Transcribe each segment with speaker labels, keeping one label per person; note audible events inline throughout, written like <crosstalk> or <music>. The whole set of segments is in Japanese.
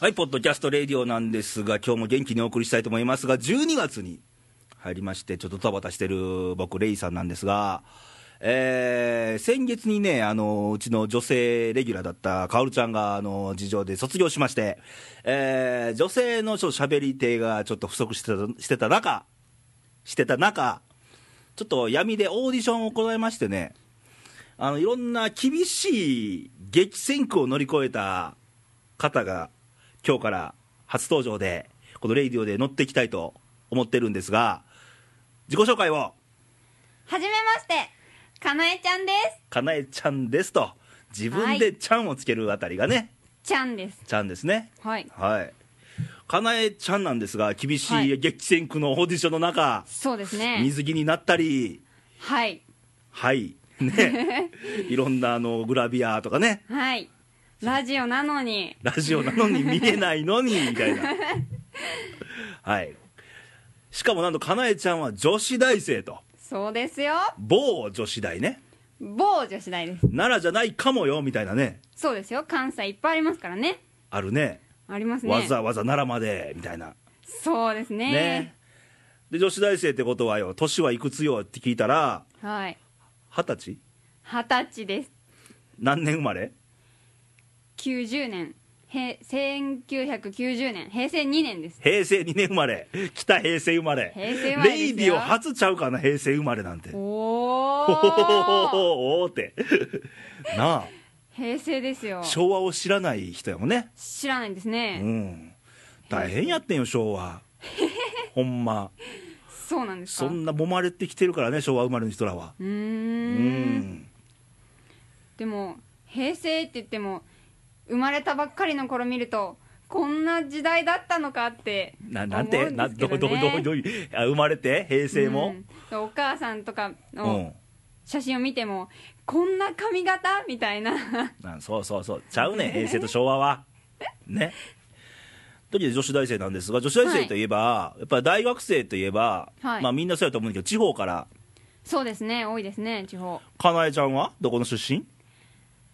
Speaker 1: はい、ポッドキャストレディオなんですが、今日も元気にお送りしたいと思いますが、12月に入りまして、ちょっとドタバタしてる僕、レイさんなんですが、えー先月にね、あのうちの女性レギュラーだったカオルちゃんが、あの事情で卒業しまして、えー女性のちょっと喋り手がちょっと不足してたしてた中、してた中、ちょっと闇でオーディションを行いましてね、あのいろんな厳しい激戦区を乗り越えた方が、今日から初登場で、このレイディオで乗っていきたいと思ってるんですが、自己紹介を、
Speaker 2: はじめまして、かなえちゃんで
Speaker 1: かなえちゃんですと、自分でちゃんをつけるあたりがね、
Speaker 2: す。ちゃんです。
Speaker 1: ちゃんですね。
Speaker 2: はい。
Speaker 1: はい。かなえちゃんなんですが、厳し
Speaker 2: はいい
Speaker 1: 激戦区のオーディションの中、
Speaker 2: そうですね。
Speaker 1: 水着になったり、
Speaker 2: はい。
Speaker 1: はい、
Speaker 2: <laughs>
Speaker 1: ね、いろんなあのグラビアとかね、
Speaker 2: はい。ラジオなのに、
Speaker 1: ラジオなのに見えないのに、
Speaker 2: <laughs>
Speaker 1: みたいな。はい。しかもなんと、かなえちゃんは女子大生と。
Speaker 2: そうですよ。
Speaker 1: 某女子大ね。
Speaker 2: 某女子大です。
Speaker 1: 奈良じゃないかもよ、みたいなね。
Speaker 2: そうですよ。関西いっぱいありますからね。
Speaker 1: あるね。
Speaker 2: ありますね。
Speaker 1: わざわざ奈良まで、みたいな。
Speaker 2: そうですね。
Speaker 1: ね。で、女子大生ってことはよ、年はいくつよって聞いたら、
Speaker 2: はい。
Speaker 1: 二十歳
Speaker 2: 二十歳です。
Speaker 1: 何年生まれ
Speaker 2: 90年。へ1990年。平成2年です。
Speaker 1: 平成2年生まれ。北平成生まれ。
Speaker 2: 平成生まれです
Speaker 1: レ
Speaker 2: よ
Speaker 1: イディオ初ちゃうかな、平成生まれなんて。
Speaker 2: お
Speaker 1: お
Speaker 2: お。
Speaker 1: <laughs> おーって。なあ。
Speaker 2: 平成ですよ。
Speaker 1: 昭和を知らない人やもんね、
Speaker 2: 知らないです
Speaker 1: う
Speaker 2: ね。
Speaker 1: ん、大変やってんよ昭
Speaker 2: <laughs>
Speaker 1: 和ほんま
Speaker 2: そうなんですか。
Speaker 1: そんな揉まれてきてるからね昭和生まれの人らは
Speaker 2: う
Speaker 1: う
Speaker 2: ーん。
Speaker 1: ん
Speaker 2: でも平成って言っても生まれたばっかりの頃見るとこんな時代だったのかって思う
Speaker 1: なんなんてな
Speaker 2: ですけ
Speaker 1: ど
Speaker 2: ど、ね、
Speaker 1: こどこどこどこあ生まれて平成も
Speaker 2: うんお母さんとか
Speaker 1: うん、
Speaker 2: の写真を見ても、こんな髪型みたいな <laughs>
Speaker 1: なんそうそうそうちゃうねん平成と昭和はねとりあえず女子大生なんですが女子大生といえば、やっぱり大学生といえば、
Speaker 2: はい
Speaker 1: まあみんなそうやと思うんだけど地方から
Speaker 2: そうですね多いですね地方
Speaker 1: かなえちゃんはどこの出身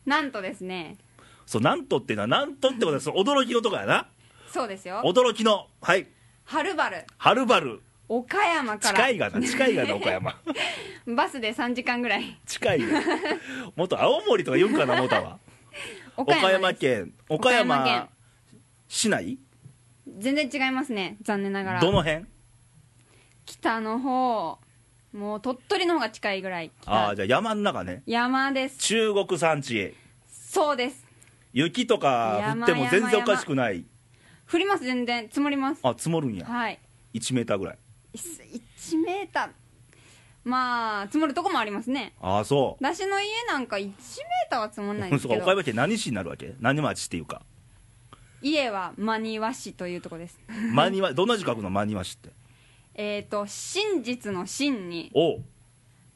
Speaker 2: なんとですね
Speaker 1: そうなんとっていうのはなんとってことはその驚きのとこやな
Speaker 2: そうですよ
Speaker 1: 驚きのはい
Speaker 2: はるばる
Speaker 1: はるばる
Speaker 2: 岡山から
Speaker 1: 近いがな近いがな岡
Speaker 2: <laughs>
Speaker 1: 山
Speaker 2: バスで3時間ぐらい
Speaker 1: 近いよもっと青森とか言うんかな思ったわ
Speaker 2: <laughs> 岡
Speaker 1: 岡山
Speaker 2: 山です
Speaker 1: 県岡山
Speaker 2: 岡山
Speaker 1: 市内
Speaker 2: 全然違いますね残念ながら
Speaker 1: どの辺
Speaker 2: 北の方もう鳥取の方が近いぐらい北
Speaker 1: ああじゃあ山の中ね
Speaker 2: 山です
Speaker 1: 中国山地
Speaker 2: そうです
Speaker 1: 雪とか降っても
Speaker 2: 山
Speaker 1: 全然おかしくない
Speaker 2: 降ります全然積もります
Speaker 1: あ積もるんや
Speaker 2: はい
Speaker 1: 1メーターぐらい
Speaker 2: 1メーターまあ積もるとこもありますね
Speaker 1: ああそ
Speaker 2: 私の家なんか1メーターは積もらないで
Speaker 1: う
Speaker 2: す
Speaker 1: そう
Speaker 2: け
Speaker 1: 岡
Speaker 2: ど
Speaker 1: 山県何市になるわけ何町っていうか
Speaker 2: 家は真庭市というとこです
Speaker 1: 真庭どんな字書くの真庭市って
Speaker 2: えっと真実の真に
Speaker 1: おう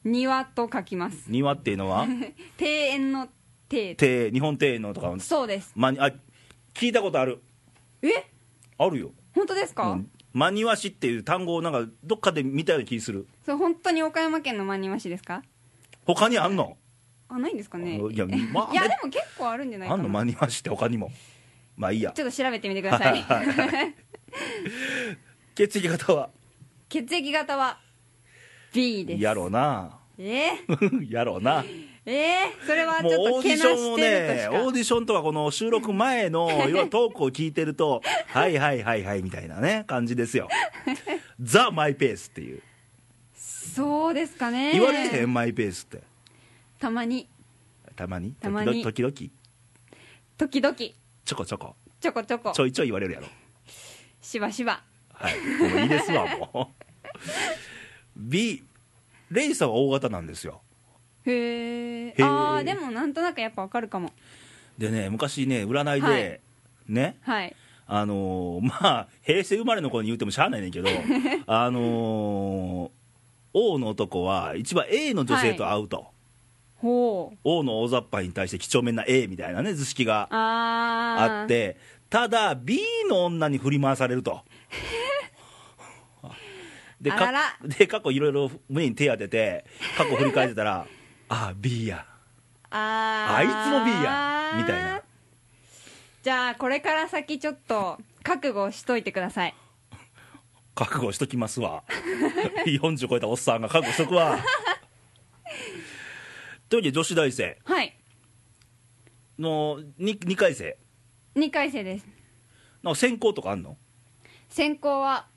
Speaker 2: 庭と書きます <laughs>
Speaker 1: 庭っていうのは
Speaker 2: 庭園の庭
Speaker 1: 庭日本庭園のとか
Speaker 2: そうです
Speaker 1: まにあ聞いたことある
Speaker 2: え
Speaker 1: あるよ
Speaker 2: 本当ですか、
Speaker 1: うん真庭市っていう単語をなんかどっかで見たような気する
Speaker 2: それ本当に岡山県の真庭市ですか
Speaker 1: 他にあんの、
Speaker 2: あないんですかね
Speaker 1: いや、まあ、
Speaker 2: いやでも結構あるんじゃない
Speaker 1: あ
Speaker 2: か
Speaker 1: んの
Speaker 2: な
Speaker 1: 真庭市って他にもまあいいや
Speaker 2: ちょっと調べてみてくだ
Speaker 1: <laughs>
Speaker 2: さい
Speaker 1: はいはい血液型は
Speaker 2: 血液型は B です
Speaker 1: やろうな <laughs>
Speaker 2: えー、
Speaker 1: やろうな
Speaker 2: えー、それは
Speaker 1: も
Speaker 2: ち
Speaker 1: う
Speaker 2: ょ
Speaker 1: オ
Speaker 2: っと
Speaker 1: ーディ
Speaker 2: け
Speaker 1: シ
Speaker 2: な
Speaker 1: ョン
Speaker 2: し
Speaker 1: を
Speaker 2: てるとし
Speaker 1: ね
Speaker 2: か、
Speaker 1: オーディションとはこの収録前
Speaker 2: <laughs>
Speaker 1: の要はトークを聞いてるとはいはいはいはいみたいなね感じです
Speaker 2: <laughs>
Speaker 1: よザ・マイペースっていう
Speaker 2: そうですかね
Speaker 1: 言われへんマイペースって
Speaker 2: たまに
Speaker 1: たまに
Speaker 2: たまに
Speaker 1: 時々時々
Speaker 2: 時々
Speaker 1: ちょこちょこ
Speaker 2: ちょこちょこ
Speaker 1: ちょいちょい言われるやろ
Speaker 2: しばしば
Speaker 1: はい、もういいですわ、もう。B、レイさんは大型なんですよ。
Speaker 2: へえ
Speaker 1: ー
Speaker 2: あーでもなんとなくやっぱわかるかも
Speaker 1: でね、昔ね、占いで、
Speaker 2: はい
Speaker 1: ね、
Speaker 2: はい
Speaker 1: あのーまあ、平成生まれの子に言ってもしゃあないねんけ
Speaker 2: <laughs>
Speaker 1: ど、あのー王の男は一番 A の女性と会うと、
Speaker 2: ほう
Speaker 1: 王の大雑把に対して几帳面な A みたいなね、図式が
Speaker 2: あー
Speaker 1: あって、ただ、B の女に振り回されると。でか
Speaker 2: あらら
Speaker 1: で過去いろいろ胸に手当てて、過去振り返ってた
Speaker 2: <laughs>
Speaker 1: ら、ああ、B や、
Speaker 2: あ
Speaker 1: あいつも B
Speaker 2: ー
Speaker 1: や、みたいな、
Speaker 2: じゃあこれから先ちょっと覚悟をしといてください
Speaker 1: 覚悟しときます
Speaker 2: <laughs>
Speaker 1: わ40超えたおっさんが覚悟しとくわというわけで女子大生
Speaker 2: はい
Speaker 1: の 2, 二回生
Speaker 2: 2回生です
Speaker 1: の専攻とかあんの
Speaker 2: 専攻は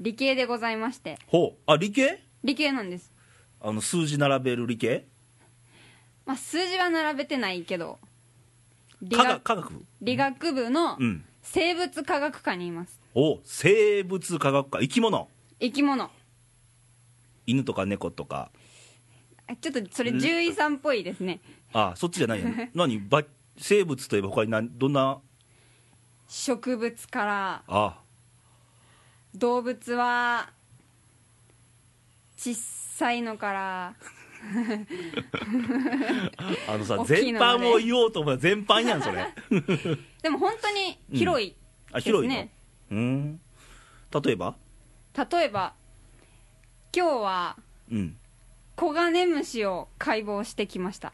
Speaker 2: 理系でございまして
Speaker 1: ほうあ理系
Speaker 2: 理系なんです
Speaker 1: あの数字並べる理系
Speaker 2: まあ数字は並べてないけど理
Speaker 1: 科学
Speaker 2: 学
Speaker 1: 科学
Speaker 2: 理学部の
Speaker 1: うん
Speaker 2: 生物科学科にいます
Speaker 1: お生物科学科生き物
Speaker 2: 生き物
Speaker 1: 犬とか猫とか
Speaker 2: あちょっとそれ獣医さんっぽいですね
Speaker 1: あそっちじゃないよ
Speaker 2: <laughs>
Speaker 1: ね何ば生物といえば他に何どんな
Speaker 2: 植物から
Speaker 1: あ
Speaker 2: 動物は小さいのから
Speaker 1: あのさ
Speaker 2: 大きい
Speaker 1: 全
Speaker 2: のはね
Speaker 1: 般を言おうと思ったら全般やんそれ
Speaker 2: <laughs> でも本当に広い
Speaker 1: あ
Speaker 2: です
Speaker 1: 広いの
Speaker 2: ね、
Speaker 1: うん例えば
Speaker 2: 例えば今日は
Speaker 1: うん
Speaker 2: コガネムシを解剖してきました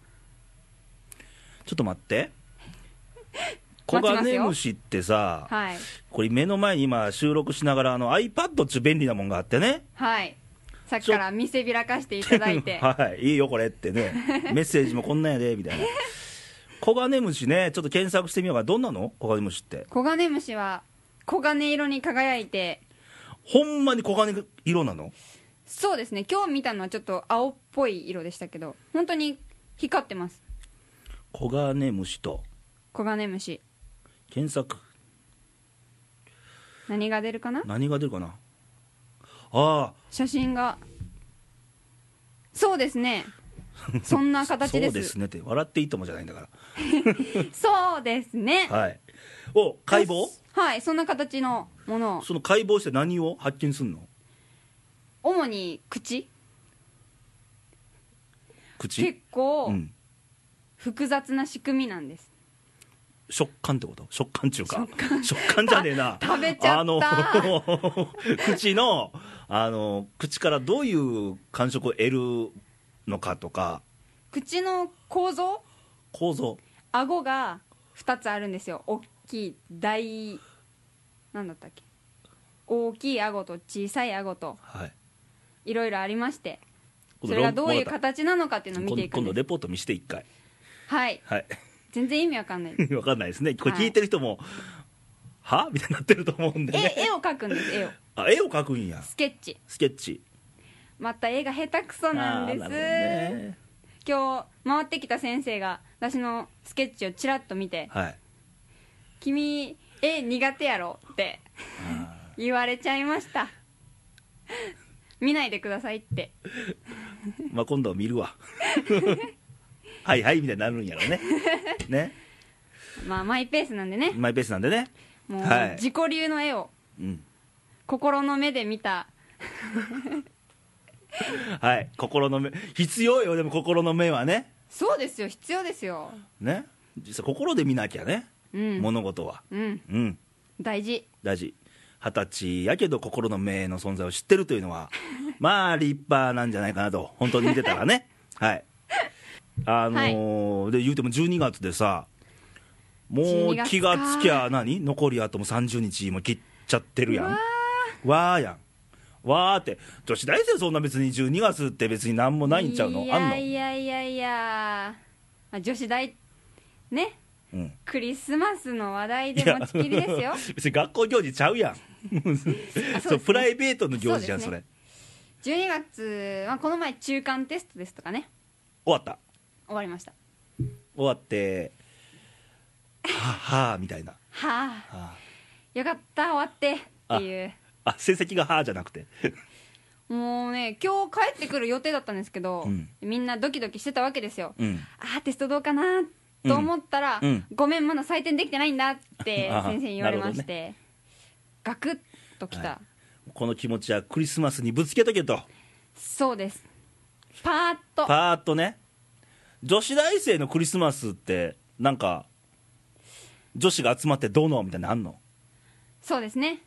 Speaker 1: ちょっと待ってコ
Speaker 2: 待ち
Speaker 1: ガ
Speaker 2: ますよ
Speaker 1: ネムシってさ、
Speaker 2: はい
Speaker 1: これ目の前に今収録しながらあの iPad っちゅう便利なもんがあってね
Speaker 2: はいさっきから見せびらかしていただいて
Speaker 1: <laughs> はい、いいよこれってね
Speaker 2: <laughs>
Speaker 1: メッセージもこんなんやでみたいなコガネムシねちょっと検索してみようかどんなのコガネムシって
Speaker 2: コガネムシは黄金色に輝いて
Speaker 1: ほんまに黄金色なの
Speaker 2: そうですね今日見たのはちょっと青っぽい色でしたけど本当に光ってます
Speaker 1: コガネムシと
Speaker 2: コガネムシ
Speaker 1: 検索
Speaker 2: 何が出るかな
Speaker 1: 何が出るかなあ
Speaker 2: 写真がそうで
Speaker 1: <laughs>
Speaker 2: すね
Speaker 1: あ
Speaker 2: そんな形です
Speaker 1: そうですねって笑っていいともじゃないんだか
Speaker 2: そうですね
Speaker 1: らはいお解剖
Speaker 2: はいそんな形のものを
Speaker 1: その解剖して何を発見すんの
Speaker 2: 主に口結
Speaker 1: 口う
Speaker 2: 構
Speaker 1: ん
Speaker 2: 複雑な仕組みなんです
Speaker 1: 食感ってこと食感中か食感じゃねえな
Speaker 2: <laughs> 食べちゃった
Speaker 1: あの <laughs> 口のあの口からどういう感触を得るのかとか
Speaker 2: 口の構造
Speaker 1: 構造
Speaker 2: 顎が2つあるんですよ大きい大なんだったっけ大きい顎と小さい顎と
Speaker 1: はい
Speaker 2: いろいろありましてそれがどういう形なのかっていうのを見ていく
Speaker 1: 今
Speaker 2: ん
Speaker 1: 度
Speaker 2: で
Speaker 1: レ
Speaker 2: す
Speaker 1: ポート見せて一回
Speaker 2: はい
Speaker 1: はい
Speaker 2: 全然意味わか
Speaker 1: <laughs>
Speaker 2: んない
Speaker 1: わかんないですねこれ
Speaker 2: はい
Speaker 1: 聞いてる人も、はみたいになってると思うんでね
Speaker 2: 絵絵を描くんです絵を
Speaker 1: あ絵を描くんや
Speaker 2: スケッチ
Speaker 1: スケッチ
Speaker 2: また絵が下手くそなんです
Speaker 1: あーるほどね
Speaker 2: 今日回ってきた先生が私のスケッチをちらっと見て
Speaker 1: はい
Speaker 2: 「君絵苦手やろ」って
Speaker 1: あ
Speaker 2: 言われちゃいました見ないでくださいって
Speaker 1: ーまあ今度は見る
Speaker 2: <laughs>
Speaker 1: わはいはいみたいになるんやろねね
Speaker 2: まあマイペースなんでね
Speaker 1: マイペースなんでね
Speaker 2: もう
Speaker 1: はい
Speaker 2: 自己流の絵を
Speaker 1: うん
Speaker 2: 心の目で見た
Speaker 1: はい心の目必要よでも心の目はね
Speaker 2: そうですよ必要ですよ
Speaker 1: ね実際心で見なきゃね、
Speaker 2: うん、
Speaker 1: 物事は
Speaker 2: うん、
Speaker 1: うん
Speaker 2: 大事
Speaker 1: 大事二十歳やけど心の目の存在を知ってるというの
Speaker 2: <laughs>
Speaker 1: はまあ立派なんじゃないかなと本当に見てたら
Speaker 2: <laughs>
Speaker 1: ねはいあのーで言うても12月でさもう
Speaker 2: 12月か
Speaker 1: 気がつきゃ何残りあともう30日も切っちゃってるやん
Speaker 2: うわ
Speaker 1: わーやんわーって女子大生そんな別に12月って別に何もないんちゃうの
Speaker 2: い
Speaker 1: あん
Speaker 2: や
Speaker 1: の
Speaker 2: いやいやいや、まあ、女子大ね
Speaker 1: うん
Speaker 2: クリスマスの話題で持ちきりですよ
Speaker 1: <laughs> 別に学校行事ちゃう
Speaker 2: <laughs>
Speaker 1: やん
Speaker 2: あ
Speaker 1: そうプライ
Speaker 2: ト
Speaker 1: ベートの行事じゃんそ,、
Speaker 2: そうで
Speaker 1: れ
Speaker 2: 12月はこの前中間テストですとかね
Speaker 1: 終わった
Speaker 2: 終わりました
Speaker 1: 終わってはあはあみたいな、
Speaker 2: はあ
Speaker 1: は
Speaker 2: よかった終わってっていう
Speaker 1: あ、あ成績がはあじゃなくて
Speaker 2: もうね今日帰ってくる予定だったんですけど、
Speaker 1: うん
Speaker 2: みんなドキドキしてたわけですよ、
Speaker 1: うん
Speaker 2: あーテストどうかなと思ったら、
Speaker 1: うんうん
Speaker 2: ごめんまだ採点できてないんだって
Speaker 1: <laughs> あー
Speaker 2: 先生に言われまして、ガクッときた、
Speaker 1: はこの気持ちはクリスマスにぶつけとけと
Speaker 2: そうですパーッと
Speaker 1: パーッとね女子大生のクリスマスってなんか女子が集まってどうのみたいなのあんの
Speaker 2: そうですね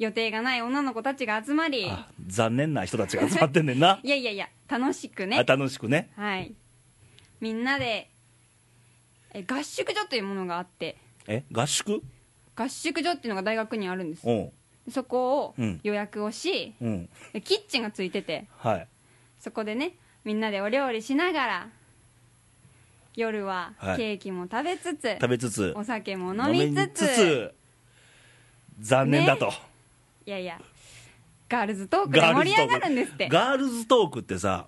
Speaker 2: 予定がない女の子たちが集まり
Speaker 1: あ残念な人たちが集まってんねんな
Speaker 2: いやいやいや楽しく
Speaker 1: あ
Speaker 2: <laughs> ね
Speaker 1: 楽しくね
Speaker 2: はいみんなでえ合宿所というものがあって
Speaker 1: え合宿
Speaker 2: 合宿所っていうのが大学にあるんです
Speaker 1: おう
Speaker 2: そこを
Speaker 1: うん
Speaker 2: 予約をし、
Speaker 1: うん
Speaker 2: キッチンがついてて
Speaker 1: はい
Speaker 2: そこでねみんなでお料理しながら夜は
Speaker 1: はい
Speaker 2: ケーキも食べつつ、
Speaker 1: 食べつつ
Speaker 2: お酒も飲みつつ
Speaker 1: 飲み残念だと、
Speaker 2: いやいやガールズトークで盛り上がるんですって
Speaker 1: ガールズトークってさ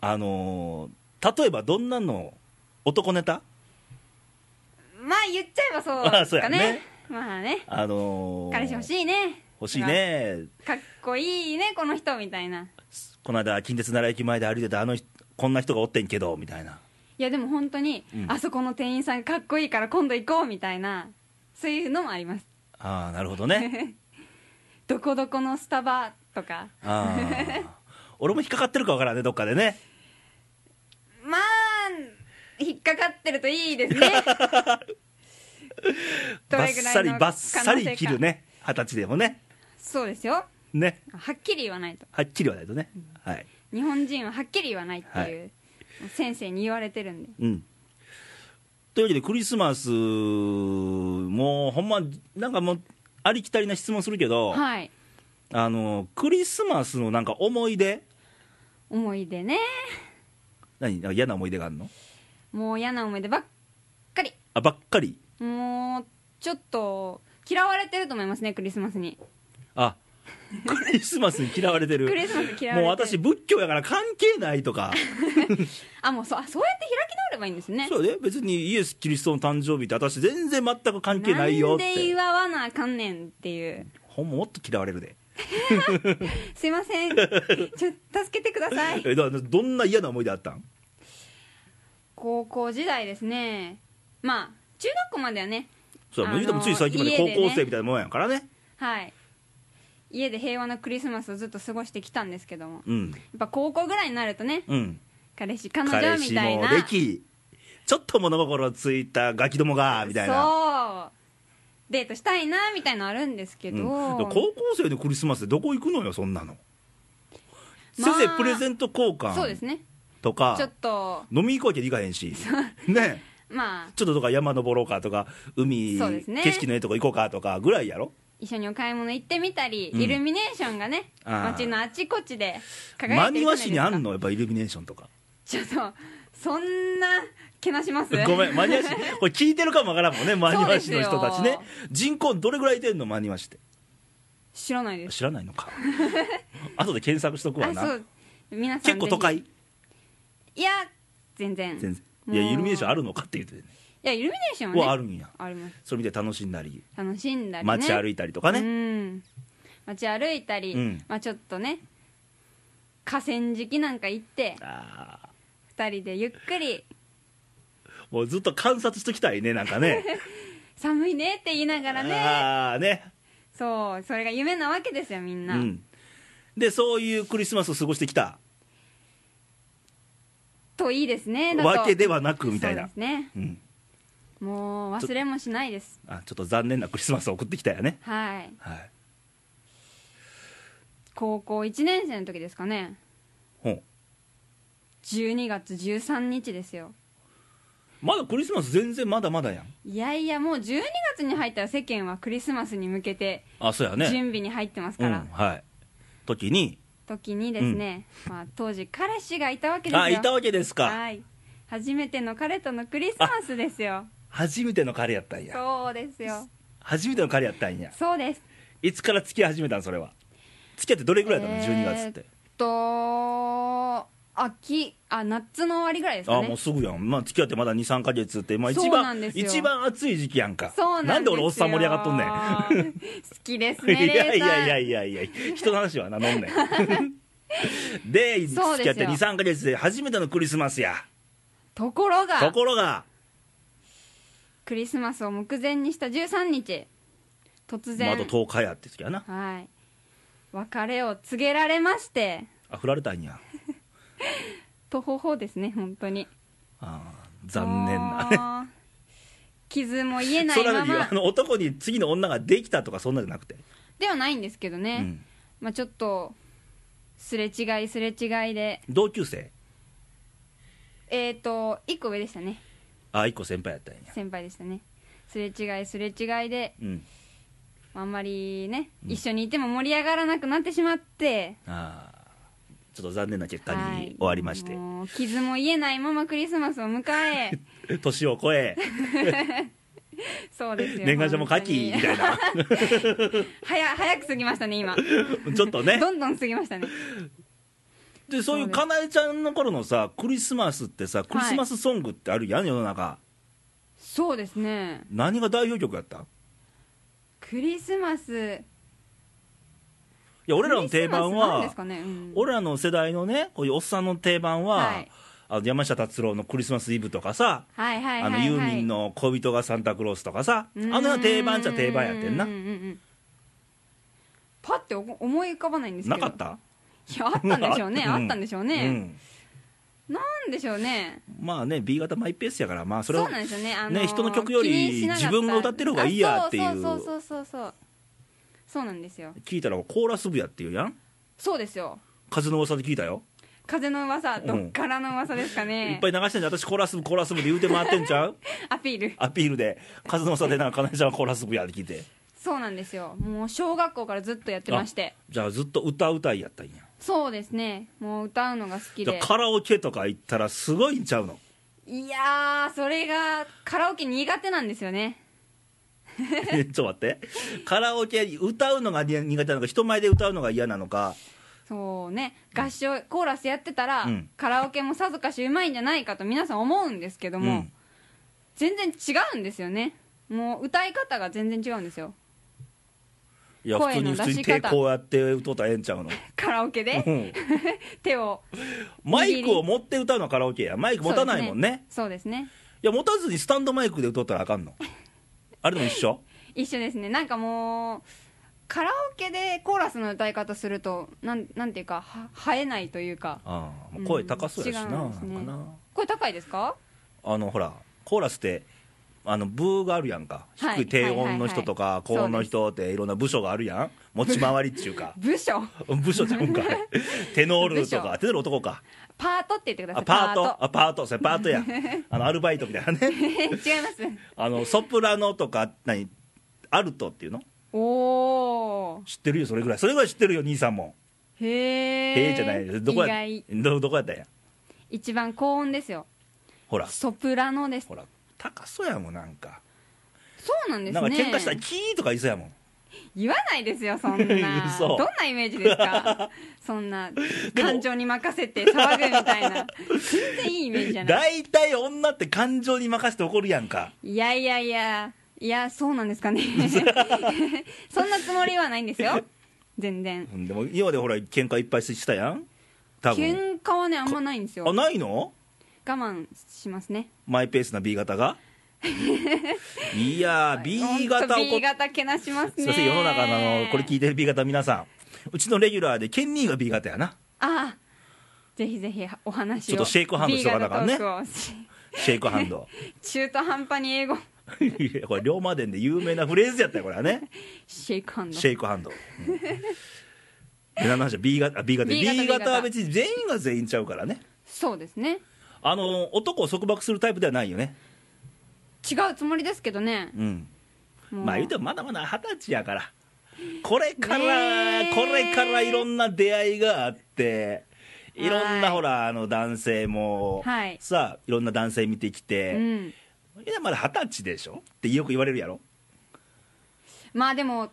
Speaker 1: あのー例えばどんなの男ネタ
Speaker 2: まあ言っちゃえばそう
Speaker 1: あ
Speaker 2: で
Speaker 1: そ
Speaker 2: す
Speaker 1: うや
Speaker 2: か
Speaker 1: ね
Speaker 2: ねまあね
Speaker 1: あのー
Speaker 2: 彼氏欲しいね
Speaker 1: 欲しいね
Speaker 2: かっこいいねこの人みたいな
Speaker 1: この間近鉄奈良駅前で歩いてたあの人こんな人がおってんけどみたいない
Speaker 2: やでも本当に、
Speaker 1: うん
Speaker 2: あそこの店員さんかっこいいから今度行こうみたいなそういうのもあります
Speaker 1: ああなるほど
Speaker 2: <laughs>
Speaker 1: ね
Speaker 2: どこどこのスタバとか
Speaker 1: あー俺も引っかかってるかわからんねどっかでね
Speaker 2: まあ引っかかってるといいですねど
Speaker 1: バッ
Speaker 2: れぐらいの
Speaker 1: サリバッサ
Speaker 2: 可能性
Speaker 1: リ
Speaker 2: か
Speaker 1: 切るね二十歳でもね
Speaker 2: そうですよ
Speaker 1: ね
Speaker 2: はっきり言わないと
Speaker 1: はっきりはないとねはい
Speaker 2: 日本人ははっきり言わないっていう、先生に言われてるんで
Speaker 1: うんというわけでクリスマスもうほんまなんかもうありきたりな質問するけど、
Speaker 2: はい
Speaker 1: あのクリスマスのなんか思い出
Speaker 2: 思い出ね
Speaker 1: 何なんか嫌な思い出があるの
Speaker 2: もう嫌な思い出ばっかり
Speaker 1: あばっかり
Speaker 2: もうちょっと嫌われてると思いますねクリスマスに <laughs>
Speaker 1: あクリスマスに嫌われてる
Speaker 2: クリスマスに嫌われてる
Speaker 1: もう私仏教やから関係ないと
Speaker 2: <laughs>
Speaker 1: か、
Speaker 2: あもうそうあそうやって開き直ればいいんですね
Speaker 1: そうね別にイエス・キリストの誕生日って私全然全く関係ないよっ
Speaker 2: なんで
Speaker 1: て
Speaker 2: 祝わなあかんねんっていう
Speaker 1: ほんまもっと嫌われるです
Speaker 2: いま
Speaker 1: <laughs>
Speaker 2: せんちょっと助けてください
Speaker 1: えだからどんな嫌な思い出あったん
Speaker 2: 高校時代ですねまあ中学校まではね
Speaker 1: そう
Speaker 2: あ
Speaker 1: も
Speaker 2: の
Speaker 1: う言うてもつい最近まで
Speaker 2: 家
Speaker 1: 高
Speaker 2: でね
Speaker 1: 校生みたいなもんやからね
Speaker 2: はい家で平和なクリスマスをずっと過ごしてきたんですけどもや
Speaker 1: うん
Speaker 2: っぱ高校ぐらいになるとね
Speaker 1: うん
Speaker 2: 彼氏彼女
Speaker 1: 彼
Speaker 2: み
Speaker 1: 氏
Speaker 2: たい
Speaker 1: も
Speaker 2: な
Speaker 1: できちょっと物心ついたガキどもがみたいな
Speaker 2: そうデートしたいなみたいのあるんですけ
Speaker 1: うん
Speaker 2: ど、
Speaker 1: でも高校生でクリスマスでどこ行くのよそんなの、
Speaker 2: まあ
Speaker 1: 先生プレゼント交
Speaker 2: そうです
Speaker 1: 換
Speaker 2: ね
Speaker 1: とか、
Speaker 2: ちょっと
Speaker 1: 飲み行くわけにいかへんしね
Speaker 2: まあ
Speaker 1: ちょっととか山登ろうかとか海、
Speaker 2: そうですね
Speaker 1: 景色のいいとこ行こうかとかぐらいやろ
Speaker 2: 一緒にお買い物行ってみたり、
Speaker 1: うん
Speaker 2: イルミネーションがね
Speaker 1: あー
Speaker 2: 街のあちこち
Speaker 1: 真
Speaker 2: で輝いてるじゃないですか
Speaker 1: 庭市にあんのやっぱイルミネーションとか
Speaker 2: ちょっとそんなけなします
Speaker 1: ごめん真庭市これ聞いてるかもわからんもんね真庭市の人たちね
Speaker 2: そうで
Speaker 1: 人口どれぐらいいてんの真庭市って
Speaker 2: 知らないです
Speaker 1: 知らないの
Speaker 2: <laughs>
Speaker 1: か後で検索しとくわ
Speaker 2: あ
Speaker 1: な
Speaker 2: そう皆さん
Speaker 1: 結構
Speaker 2: ぜひ
Speaker 1: 都会
Speaker 2: いや全然
Speaker 1: 全然
Speaker 2: もう
Speaker 1: いやイルミネーションあるのかって言ってね
Speaker 2: いやイルミネーションは,、ね、
Speaker 1: はあるんや
Speaker 2: あります
Speaker 1: それ見て楽しんだり
Speaker 2: 楽しんだりね
Speaker 1: 街歩いたりとかね
Speaker 2: うん街歩いたり、
Speaker 1: うん
Speaker 2: まあちょっとね河川敷なんか行って
Speaker 1: ああ
Speaker 2: 二人でゆっくり
Speaker 1: もうずっと観察しときたいねなんかね
Speaker 2: <laughs> 寒いねって言いながらね
Speaker 1: ああね
Speaker 2: そうそれが夢なわけですよみんな、
Speaker 1: うんでそういうクリスマスを過ごしてきた
Speaker 2: といいですねだと
Speaker 1: わけではなくみたい
Speaker 2: そう
Speaker 1: な
Speaker 2: ですね
Speaker 1: うん
Speaker 2: もう忘れもしないです
Speaker 1: あちょっと残念なクリスマスを送ってきたよね
Speaker 2: はい
Speaker 1: はい
Speaker 2: 高校1年生の時ですかね
Speaker 1: ほう
Speaker 2: 12月13日ですよ
Speaker 1: まだクリスマス全然まだまだやん
Speaker 2: いやいやもう12月に入ったら世間はクリスマスに向けて
Speaker 1: あそうやね
Speaker 2: 準備に入ってます
Speaker 1: う
Speaker 2: か
Speaker 1: ん
Speaker 2: ら、
Speaker 1: はい時に
Speaker 2: 時にですね、まあ、当時彼氏がいたわけですよ
Speaker 1: あいたわけですか
Speaker 2: はい初めての彼とのクリスマスですよ
Speaker 1: 初めての彼やったんや
Speaker 2: そうですよ
Speaker 1: 初めての彼やったんや
Speaker 2: そうです
Speaker 1: いつから付き合い始めたんそれは付き合ってどれぐらいだの、
Speaker 2: えー
Speaker 1: 12月って
Speaker 2: と秋あ夏の終わりぐらいです
Speaker 1: あ
Speaker 2: か
Speaker 1: あも
Speaker 2: ね
Speaker 1: うすぐやん、まあ、付き合ってまだ23か月って、まあ、一
Speaker 2: そうなん
Speaker 1: 番
Speaker 2: ですよ
Speaker 1: 一番暑い時期やんか
Speaker 2: そうなんです
Speaker 1: で
Speaker 2: よ
Speaker 1: 俺おっさん盛り上がっとんねん
Speaker 2: <laughs> ん好きですね
Speaker 1: <laughs> いやいやいや
Speaker 2: レイ
Speaker 1: いやいや人の話はな飲んね
Speaker 2: <laughs>
Speaker 1: んで付
Speaker 2: そうです
Speaker 1: き合
Speaker 2: よ
Speaker 1: って23か月で初めてのクリスマスや
Speaker 2: さんところが
Speaker 1: ところが
Speaker 2: クリスマスを目前にした13日突
Speaker 1: まあ、
Speaker 2: 然、
Speaker 1: あと10日やって時やな
Speaker 2: はい別れを告げられまして
Speaker 1: あ振られたんや
Speaker 2: とほほですね本当に
Speaker 1: ああ残念な
Speaker 2: な傷も癒え
Speaker 1: <laughs>
Speaker 2: な
Speaker 1: そ
Speaker 2: い
Speaker 1: れ
Speaker 2: ま
Speaker 1: なのに
Speaker 2: ま
Speaker 1: あの男に次の女ができたとかそんなじゃなくて、
Speaker 2: ではないんですけどね、
Speaker 1: うん
Speaker 2: まあちょっとすれ違いすれ違いで
Speaker 1: 同級生
Speaker 2: えっ、ー、と1個上でしたね
Speaker 1: あ一個先輩やったんや
Speaker 2: 先輩でしたねすれ違いすれ違いで
Speaker 1: うん、
Speaker 2: あんまりね、
Speaker 1: うん
Speaker 2: 一緒にいても盛り上がらなくなってしまって
Speaker 1: ああちょっと残念な結果
Speaker 2: は
Speaker 1: に
Speaker 2: い
Speaker 1: 終わりまして、
Speaker 2: もう傷も癒えないままクリスマスを迎
Speaker 1: <laughs>
Speaker 2: え
Speaker 1: 年を越
Speaker 2: <laughs>
Speaker 1: え、
Speaker 2: そうですよ
Speaker 1: 年賀状も書きみ
Speaker 2: 本当に
Speaker 1: たいな、 <laughs>
Speaker 2: 早早く過ぎましたね今
Speaker 1: ちょっとね、
Speaker 2: どんどん過ぎましたね
Speaker 1: でそういう
Speaker 2: そうです
Speaker 1: かなえちゃんの頃のさ、クリスマスってさ、クリスマスソングってあるやん、世の中、
Speaker 2: そうですね
Speaker 1: 何が代表曲やったい
Speaker 2: クリスマス
Speaker 1: や、俺らの定番
Speaker 2: クリ
Speaker 1: は
Speaker 2: ス、マスなんですかね、うん
Speaker 1: 俺らの世代のね、こういうおっさんの定番は、
Speaker 2: はい
Speaker 1: あの山下達郎のクリスマスイブとかさ、
Speaker 2: はいはい
Speaker 1: あ
Speaker 2: はい
Speaker 1: の
Speaker 2: はい
Speaker 1: ユーミンの恋人がサンタクロースとかさ、あのような定番っちゃ定番やってんな
Speaker 2: うう、うんうんパッておこ思い浮かばないんですけ
Speaker 1: な
Speaker 2: ど
Speaker 1: かった
Speaker 2: いやあったんでしょう
Speaker 1: <laughs>
Speaker 2: ね
Speaker 1: うん
Speaker 2: あったんでしょう
Speaker 1: う
Speaker 2: ね、
Speaker 1: ん
Speaker 2: なんでしょうね
Speaker 1: まあね、B 型マイペースやから、まあ、そ
Speaker 2: そ
Speaker 1: れを
Speaker 2: うなんですよね、あの
Speaker 1: ね人の曲より
Speaker 2: 気にしなかった
Speaker 1: 自分が歌ってる方がいいやっていう
Speaker 2: あそうそうそうそうそうそうなんですよ
Speaker 1: 聞いたら、コーラス部やっていうやん、
Speaker 2: そうですよ
Speaker 1: 風の噂で聞いたよ、
Speaker 2: 風の噂どっからの噂ですか
Speaker 1: い
Speaker 2: ね
Speaker 1: っ、ぱい流してんじゃん、私、コーラス部、コーラス部で言うて回ってんちゃう
Speaker 2: アピール
Speaker 1: アピールで、風の噂で、なんか、かなえちゃんはコーラス部やって聞いて、
Speaker 2: そうなんですよもう小学校からずっとやってまして
Speaker 1: じゃあ、ずっと歌うたいやったんや、
Speaker 2: そうですねもう歌うのが好き
Speaker 1: じゃ
Speaker 2: で
Speaker 1: あカラオケとか行ったら、すごいんちゃうの、
Speaker 2: いやーそれがカラオケ苦手なんですよね
Speaker 1: ちょっと待って、カラオケ、歌うのが苦手なのか、人前で歌うのが嫌なのか、
Speaker 2: そうね合唱コーラスやってたら、
Speaker 1: うん
Speaker 2: カラオケもさぞかしうまいんじゃないかと皆さん思うんですけども、
Speaker 1: うん
Speaker 2: 全然違うんですよねもう歌い方が全然違うんですよ <laughs>
Speaker 1: いや、普通
Speaker 2: 声
Speaker 1: に、
Speaker 2: の
Speaker 1: 普通に
Speaker 2: 出し
Speaker 1: 手
Speaker 2: 方
Speaker 1: こうやって歌うたらええんちゃうの。
Speaker 2: カラオ
Speaker 1: <laughs>
Speaker 2: ケ
Speaker 1: う
Speaker 2: で
Speaker 1: ん
Speaker 2: 手を
Speaker 1: マイクを持って歌うのはカラオケや、マイク持たないもんね。
Speaker 2: そうですね
Speaker 1: いや、持たずにスタンドマイクで歌ったらあかんの。あれでも一
Speaker 2: <laughs>
Speaker 1: 緒
Speaker 2: 一緒ですねなんかもうカラオケでコーラスの歌い方するとなんなんていうかは生えないというか
Speaker 1: ああ、もう声高そうやしな、
Speaker 2: うん違
Speaker 1: な
Speaker 2: う
Speaker 1: ん
Speaker 2: んです
Speaker 1: か
Speaker 2: ね
Speaker 1: な。
Speaker 2: 声高いですか
Speaker 1: あの、ほら、コーラスって、あの、ブーがあるやんか。
Speaker 2: はい
Speaker 1: 低い低音の人とか、
Speaker 2: はいはいはい。
Speaker 1: 高音の人っていろんな部署があるやん。持ち回りっちゅうか
Speaker 2: 部署
Speaker 1: 部署ちゃうん
Speaker 2: <laughs>
Speaker 1: か。テノールと
Speaker 2: 部
Speaker 1: か、テノール男か。
Speaker 2: パートって言ってくださ
Speaker 1: あ、
Speaker 2: い
Speaker 1: パート、あ、パート、それパー
Speaker 2: <laughs>
Speaker 1: トや。あの、アルバイトみたいなね。
Speaker 2: 違います
Speaker 1: あの、ソプラノとか、何、アルトっていうの
Speaker 2: おお
Speaker 1: 知ってるよ、それぐらい。それぐらい知ってるよ、兄さんも。
Speaker 2: へえ
Speaker 1: ええじゃないです。どこ
Speaker 2: 意
Speaker 1: や
Speaker 2: 外、
Speaker 1: どどこやったんや。
Speaker 2: 一番高音ですよ
Speaker 1: ほら、
Speaker 2: ソプラノです
Speaker 1: ほら、高そうやもん、なんか。
Speaker 2: そうなんです
Speaker 1: な
Speaker 2: ね
Speaker 1: んか喧嘩したら、キーとか言いそうやもん。
Speaker 2: 言わないですよそんな
Speaker 1: <laughs> 嘘
Speaker 2: どんなイメージです
Speaker 1: <laughs>
Speaker 2: かそんな感情に任せて騒ぐみたいな全然いいイメージじゃな
Speaker 1: 大
Speaker 2: い
Speaker 1: 体女って感情に任せて怒るやんか。
Speaker 2: いやいやいやいやそうなんです
Speaker 1: <laughs>
Speaker 2: かねそんなつもりはないんですよ全然
Speaker 1: でも、今までほら、喧嘩いっぱいしたやん。多分。
Speaker 2: 喧嘩はねあんまないんですよ
Speaker 1: あ、
Speaker 2: 我
Speaker 1: ないの
Speaker 2: 慢しますね
Speaker 1: マイペースな B 型
Speaker 2: <laughs>
Speaker 1: がいやー、B 型
Speaker 2: ほんと
Speaker 1: 怒
Speaker 2: B
Speaker 1: っ
Speaker 2: 型けなします
Speaker 1: すい
Speaker 2: ね
Speaker 1: ません、世の中のあのこれ聞いてる B 型皆さん。うちのレギュラーで、ケンニーが B 型やな。
Speaker 2: ああぜひぜひお
Speaker 1: ち
Speaker 2: 話を
Speaker 1: ょっとシェイクハンドしとかなあかんね
Speaker 2: B 型トークをし
Speaker 1: シェイクハン
Speaker 2: <laughs>
Speaker 1: ド。
Speaker 2: 中途半端に英語
Speaker 1: いやこれ、龍馬伝で有名なフレーズやったよ、これはね。
Speaker 2: シェイクハン
Speaker 1: <laughs>
Speaker 2: ド
Speaker 1: シェイクハンド。うん、で何の話 B 型、あ B 型
Speaker 2: B 型
Speaker 1: B 型は別に全員が全員ちゃうからね。
Speaker 2: そうですね
Speaker 1: あの、男を束縛するタイプではないよね。
Speaker 2: 違うつもりですけどね
Speaker 1: うん。
Speaker 2: も
Speaker 1: まあ言うてもまだまだ二十歳やから。これから、
Speaker 2: ねえ
Speaker 1: これからいろんな出会いがあって、いろん
Speaker 2: は
Speaker 1: ないほら、あの男性も、
Speaker 2: はい
Speaker 1: さあ、いろんな男性見てき
Speaker 2: う
Speaker 1: て、
Speaker 2: ん
Speaker 1: いや、まだ二十歳でしょってよく言われるや
Speaker 2: <laughs>
Speaker 1: ろ。
Speaker 2: まあでも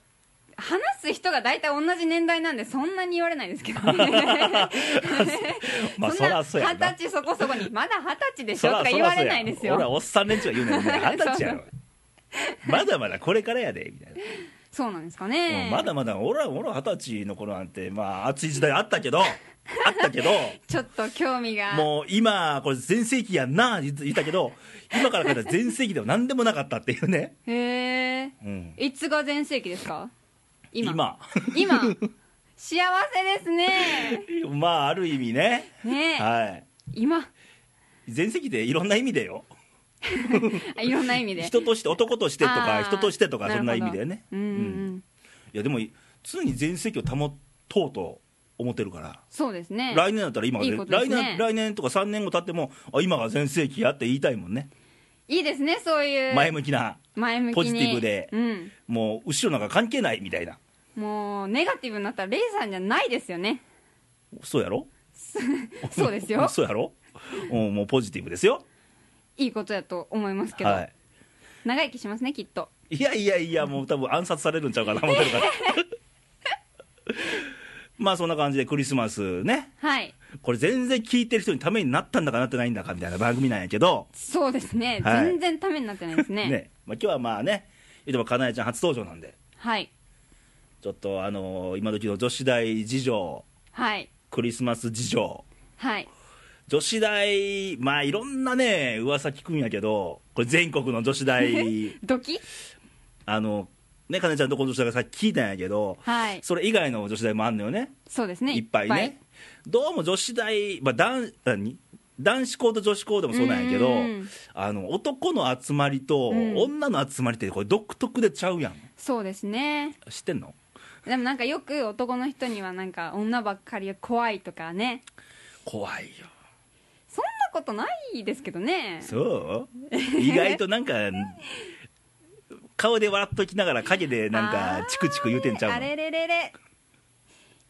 Speaker 2: 話す人が大体同じ年代なんでそんなに言われないですけどね
Speaker 1: <laughs> まあそ
Speaker 2: んな
Speaker 1: らそうや
Speaker 2: 二
Speaker 1: な
Speaker 2: 十。歳そこそこに「まだ二十歳でし
Speaker 1: そ
Speaker 2: ょ」と
Speaker 1: ら
Speaker 2: か
Speaker 1: そ
Speaker 2: 言
Speaker 1: ら
Speaker 2: わ
Speaker 1: そう
Speaker 2: れ
Speaker 1: や
Speaker 2: ないです
Speaker 1: 俺は
Speaker 2: よ
Speaker 1: おっさん連中が言うねんもう二十歳やろまだまだこれからやでみたい
Speaker 2: そうなんですか
Speaker 1: な、
Speaker 2: ね
Speaker 1: うんまだまだ俺は俺は二十歳の頃なんてまあ暑い時代あったけどあった
Speaker 2: <laughs>
Speaker 1: けど
Speaker 2: ちょっと興味が
Speaker 1: もう今これ全盛期やんな言ったけど今から考えたら全盛期でも何でもなかったっていうね、
Speaker 2: へえ
Speaker 1: うん、
Speaker 2: いつが全盛期ですか今
Speaker 1: 今
Speaker 2: 今幸せですね
Speaker 1: <laughs> まあある意味ね
Speaker 2: ねえ
Speaker 1: はい
Speaker 2: 今
Speaker 1: 全盛期でいろんな意味でよ
Speaker 2: あいろんな意味で
Speaker 1: 人として男としてと
Speaker 2: あ
Speaker 1: か
Speaker 2: ー
Speaker 1: 人としてとか
Speaker 2: る
Speaker 1: そん
Speaker 2: ほ
Speaker 1: な
Speaker 2: ど
Speaker 1: 意味でね
Speaker 2: うんうんうん
Speaker 1: いやでも常に全盛期を保とうと思ってるから
Speaker 2: そうですね
Speaker 1: 来年だったら今が
Speaker 2: いいことで
Speaker 1: 来
Speaker 2: すね
Speaker 1: 年来年とか3年後経ってもあ今が全盛期やって言いたいもんね
Speaker 2: いいですねそういう
Speaker 1: 前向きな
Speaker 2: 前向きに
Speaker 1: ポジティブで
Speaker 2: うん、
Speaker 1: もう後ろなんか関係ないみたいな、
Speaker 2: もうネガティブになったらレイさんじゃないです
Speaker 1: <laughs>
Speaker 2: よね
Speaker 1: そうやろ
Speaker 2: そうで
Speaker 1: <laughs>
Speaker 2: すよ
Speaker 1: そうやろ、うん、もうポジティブですよ、
Speaker 2: いいことだと思いますけど、
Speaker 1: は
Speaker 2: 長生きしますねきっと
Speaker 1: い、いやいやいや、もう多分暗殺されるんちゃうかな、思ってるから。 <laughs> まあそんな感じでクリスマスね、
Speaker 2: はい
Speaker 1: これ全然聞いてる人にためになったんだかなってないんだかみたいな番組なんやけど、
Speaker 2: そうですね、
Speaker 1: はい
Speaker 2: 全然ためになってないですね
Speaker 1: まあ、今日はまあね、言うてもかなえちゃん初登場なんで、
Speaker 2: はい
Speaker 1: ちょっとあのー今時の女子大事情、
Speaker 2: はい
Speaker 1: クリスマス事情、
Speaker 2: はい
Speaker 1: 女子大、まあいろんなね、噂聞くんやけど、これ全国の女子大、
Speaker 2: ドキ
Speaker 1: <laughs> あの、ね、かなえちゃんとこの女子大がさっき聞いたんやけど、
Speaker 2: はい
Speaker 1: それ以外の女子大もあんのよね、
Speaker 2: そうですね
Speaker 1: いっぱいね。どうも女子大、まあ男、何男子校と女子校でもそうなんやけど
Speaker 2: うんうんうん、
Speaker 1: あの男の集まりと
Speaker 2: うん
Speaker 1: 女の集まりって、これ、独特でちゃうやん、
Speaker 2: そうですね
Speaker 1: 知ってんの
Speaker 2: でもなんかよく男の人にはなんか女ばっかりは怖いとかね
Speaker 1: 怖いよ
Speaker 2: そんなことないですけどね
Speaker 1: そう意外となんか顔で笑っときながら陰でなん
Speaker 2: あ
Speaker 1: か
Speaker 2: ー
Speaker 1: チクチク言うてんちゃう
Speaker 2: あれれれれ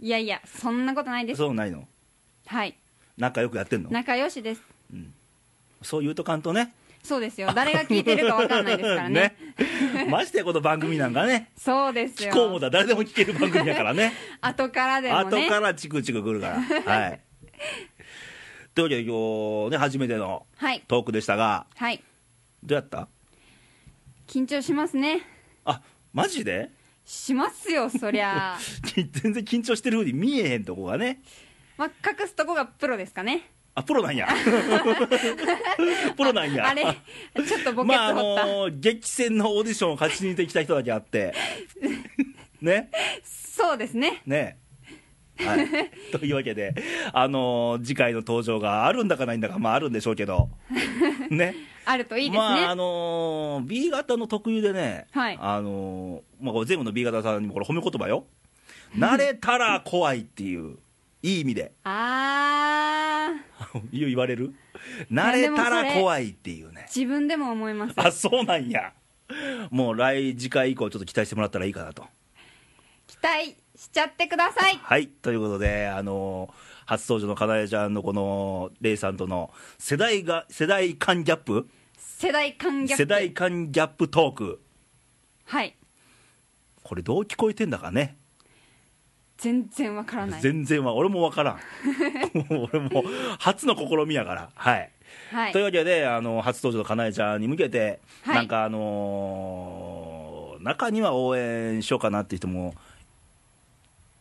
Speaker 2: いやいやそんなことないで
Speaker 1: の
Speaker 2: す
Speaker 1: そうないの
Speaker 2: はい
Speaker 1: 仲良くやってんの
Speaker 2: 仲良しです
Speaker 1: そう言うとかんとね
Speaker 2: そうですよ誰が聞いてるかわかんないですからね
Speaker 1: <laughs> ねましてやこの番組なんか
Speaker 2: <laughs>
Speaker 1: ね
Speaker 2: そうです
Speaker 1: 聞
Speaker 2: よ
Speaker 1: こうもだ誰でも聞ける番組やからね
Speaker 2: 後から <laughs> でも
Speaker 1: 後
Speaker 2: ね
Speaker 1: からチクチクく
Speaker 2: <laughs>
Speaker 1: るからはいというわけで今日ね初めての
Speaker 2: はい
Speaker 1: トークでしたが
Speaker 2: はい
Speaker 1: どうやった
Speaker 2: 緊張しますね
Speaker 1: あマジで <laughs>
Speaker 2: しますよそりゃ
Speaker 1: 全然緊張してるふうに見えへんとこがね
Speaker 2: まあ隠すとこがプロですかね
Speaker 1: あ、プロ
Speaker 2: <laughs>
Speaker 1: なんや。プロなんや。
Speaker 2: あれちょっとボケ
Speaker 1: まあ、あ
Speaker 2: ッと掘った、
Speaker 1: のー激戦のオーディションを勝ち抜いてきた人だけあって。ね。
Speaker 2: そうですね
Speaker 1: ね。はい。 <laughs> というわけで、あのー次回の登場があるんだかないんだか、まああるんでしょうけど。ね。
Speaker 2: あると <laughs> いいですね、
Speaker 1: まあ、あのー B 型の特有でね、
Speaker 2: はい
Speaker 1: あのーまあ、これ全部の B 型さんにもこれ褒め言葉よ。慣れたら怖いっていう、いい意味で。 <laughs>
Speaker 2: あー
Speaker 1: 言われる慣れたら怖いっていうね。
Speaker 2: 自分でも思います
Speaker 1: <laughs> あそうなんやもう来次回以降ちょっと期待してもらったらいいかなと
Speaker 2: 期待しちゃってください
Speaker 1: はいということであのー初登場のかなえちゃんのこのレイさんとの世代が世代間ギャップ
Speaker 2: 世代間ギャップ
Speaker 1: 世代間ギャップトーク
Speaker 2: はい
Speaker 1: これどう聞こえてんだかね
Speaker 2: 全然わからない
Speaker 1: 全然は俺もわからん <laughs> もう俺も初の試みやからはい、
Speaker 2: はい
Speaker 1: というわけであのー初登場のかなえちゃんに向けて、
Speaker 2: はい
Speaker 1: なんかあのー中には応援しようかなって人も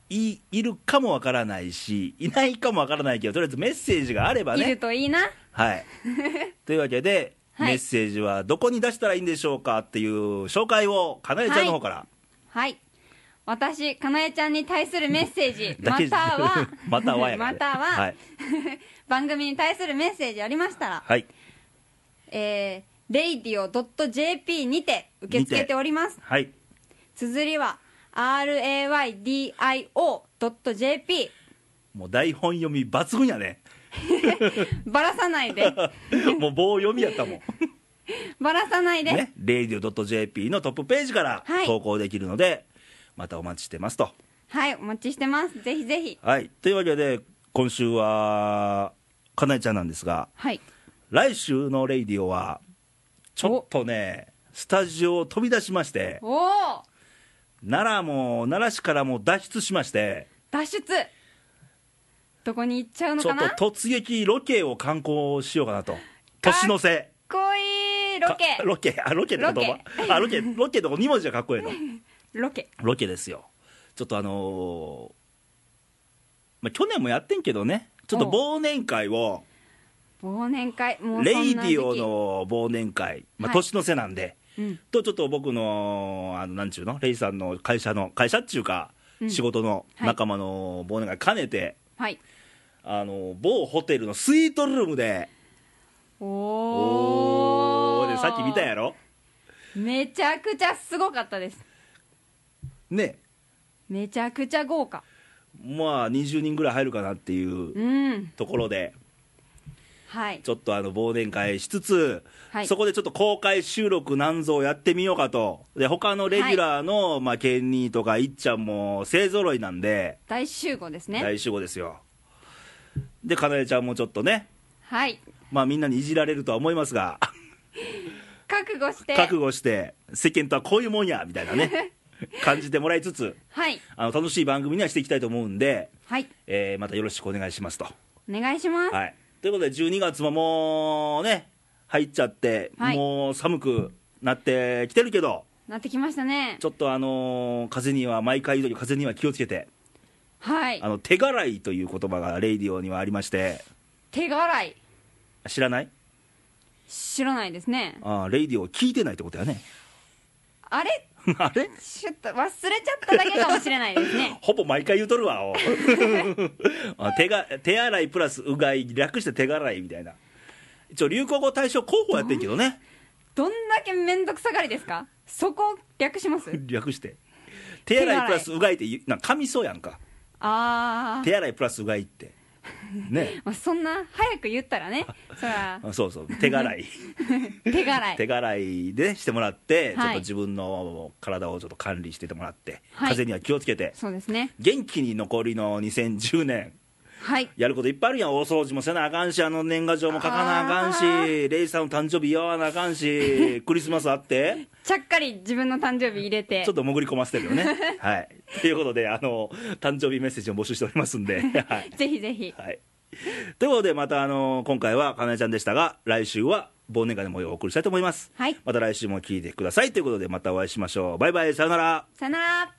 Speaker 1: いいるかもわからないしいないかもわからないけどとりあえずメッセージがあれば
Speaker 2: いる
Speaker 1: ね
Speaker 2: といいな
Speaker 1: はい
Speaker 2: <laughs>
Speaker 1: というわけで、
Speaker 2: はい
Speaker 1: メッセージはどこに出したらいいんでしょうかっていう紹介をかなえちゃんの方から、
Speaker 2: はい私かなえちゃんに対するメッセージ
Speaker 1: <laughs>
Speaker 2: または
Speaker 1: またはやから
Speaker 2: <laughs> ま
Speaker 1: ね
Speaker 2: たは、
Speaker 1: はい、
Speaker 2: 番組に対するメッセージありましたら
Speaker 1: はい
Speaker 2: えー、radio.jp にて受け付けております
Speaker 1: はい
Speaker 2: 綴りは raydio.jp
Speaker 1: もう台本読み抜群や
Speaker 2: <laughs>
Speaker 1: ね
Speaker 2: ばらさない
Speaker 1: <laughs>
Speaker 2: で
Speaker 1: もう棒読みやったもん
Speaker 2: ばらさないで、
Speaker 1: ね、radio.jp のトップページから
Speaker 2: はい
Speaker 1: 投稿できるので、またお待ちしてますと。
Speaker 2: はいお待ちしてますぜひぜひ
Speaker 1: はい、というわけで、今週は、かなえちゃんなんですが、
Speaker 2: はい
Speaker 1: 来週のレイディオは、ちょっとね、スタジオを飛び出しまして、
Speaker 2: おお
Speaker 1: 奈良も、奈良市からも脱出しまして、
Speaker 2: 脱出どこに行っちゃうの
Speaker 1: ちょ
Speaker 2: か
Speaker 1: っ
Speaker 2: なかっ
Speaker 1: と突撃ロケを観光しようかなと。年の瀬。
Speaker 2: こいいロケ
Speaker 1: かロケ、あ、ロケって言葉
Speaker 2: ロ。
Speaker 1: あ、ロケ、ロケとこ2文字がかっこいいの。
Speaker 2: ロケ
Speaker 1: ロケですよ、ちょっとあのーまあ、去年もやってんけどね、ちょっと忘年会を、
Speaker 2: 忘年会もうそん
Speaker 1: レ
Speaker 2: な
Speaker 1: イ
Speaker 2: 時期
Speaker 1: ディオの忘年会、まあ、
Speaker 2: はい
Speaker 1: 年の瀬なんで、
Speaker 2: うん
Speaker 1: とちょっと僕の、あのなんちゅうの、レイさんの会社の、会社っちゅうか、
Speaker 2: うん
Speaker 1: 仕事の
Speaker 2: はい
Speaker 1: 仲間の忘年会兼ねて、
Speaker 2: はい
Speaker 1: あの某ホテルのスイートルームで、
Speaker 2: お
Speaker 1: お
Speaker 2: お
Speaker 1: ーでさっき見たや
Speaker 2: ろ
Speaker 1: ろ、
Speaker 2: めちゃくちゃすごかったです
Speaker 1: ね、
Speaker 2: めちゃくちゃ豪華
Speaker 1: まあ20人ぐらい入るかなっていう
Speaker 2: うん
Speaker 1: ところで、
Speaker 2: はい
Speaker 1: ちょっとあの忘年会しつつ、
Speaker 2: はい
Speaker 1: そこでちょっと公開収録なんぞをやってみようかと、で他のレギュラーの、まあ、ケンニーとかいっちゃんも勢ぞろいなんで、
Speaker 2: 大集合ですね
Speaker 1: 大集合ですよ。で、かなえちゃんもちょっとね、
Speaker 2: はい
Speaker 1: まあ、みんなにいじられるとは思いますが、
Speaker 2: 覚悟して
Speaker 1: 覚悟して、世間とはこういうもんやみたいな
Speaker 2: <laughs>
Speaker 1: ね、感じてもらいつつ、
Speaker 2: はい
Speaker 1: あの楽しい番組にはしていきたいと思うんで、
Speaker 2: はい
Speaker 1: えーまたよろしくお願いしますと。
Speaker 2: お願いします
Speaker 1: はい、ということで、12月ももうね、入っちゃって、
Speaker 2: はい
Speaker 1: もう寒くなってきてるけど、
Speaker 2: なってきましたね
Speaker 1: ちょっとあのー風には、毎回言うとき風には気をつけて、
Speaker 2: はい
Speaker 1: あの手洗いという言葉がレイディオにはありまして、
Speaker 2: 手洗い
Speaker 1: 知らない
Speaker 2: 知らないですね
Speaker 1: あーレイディオを聞いてないってことやね。 <laughs>
Speaker 2: あれ
Speaker 1: あれ
Speaker 2: ちょっと忘れちゃっただけかもしれないですね
Speaker 1: ほぼ毎回言うとるわ、おあ手が手洗いプラスうがい、略して手洗いみたいな、一応、流行語大賞候補やってんけどね、
Speaker 2: <laughs> どんだけ面倒くさがりですかそこを略します
Speaker 1: 略して、手洗いプラスうがいって言う、なんか噛みそうやんか、
Speaker 2: あ
Speaker 1: <laughs>
Speaker 2: ー、
Speaker 1: 手洗いプラスうがい
Speaker 2: <laughs>
Speaker 1: って、ね、
Speaker 2: まあ、そんな早く言ったらねそ <laughs> ら
Speaker 1: あそうそう、手洗
Speaker 2: <laughs>
Speaker 1: い、
Speaker 2: 手洗い
Speaker 1: 手洗いでしてもらって、ちょっ
Speaker 2: はい
Speaker 1: と自分の体をちょっと管理しててもらって、
Speaker 2: はい
Speaker 1: 風邪には気をつけて、
Speaker 2: そうですね
Speaker 1: 元気に残りの2010年。
Speaker 2: はい
Speaker 1: やることいっぱいあるやん、大掃除もせなあかんし、あの年賀状も書かなあかん
Speaker 2: <laughs> あ
Speaker 1: し、レイさんの誕生日祝わなあかん
Speaker 2: <laughs>
Speaker 1: し、クリスマスあって、
Speaker 2: ちゃっかり自分の誕生日入れて
Speaker 1: ちょっと潜り込ませてるよ
Speaker 2: <laughs>
Speaker 1: ね。はい、ということであの、誕生日メッセージを募集しておりますん
Speaker 2: <laughs>
Speaker 1: で。はい
Speaker 2: ぜひぜひ
Speaker 1: はい、ということで、またあの今回はかなえちゃんでしたが、来週は忘年会の模様をお送りしたいと思います。
Speaker 2: はい
Speaker 1: また来週も聞いてくださいということで、またお会いしましょう。バイバイ、さよなら。
Speaker 2: さよなら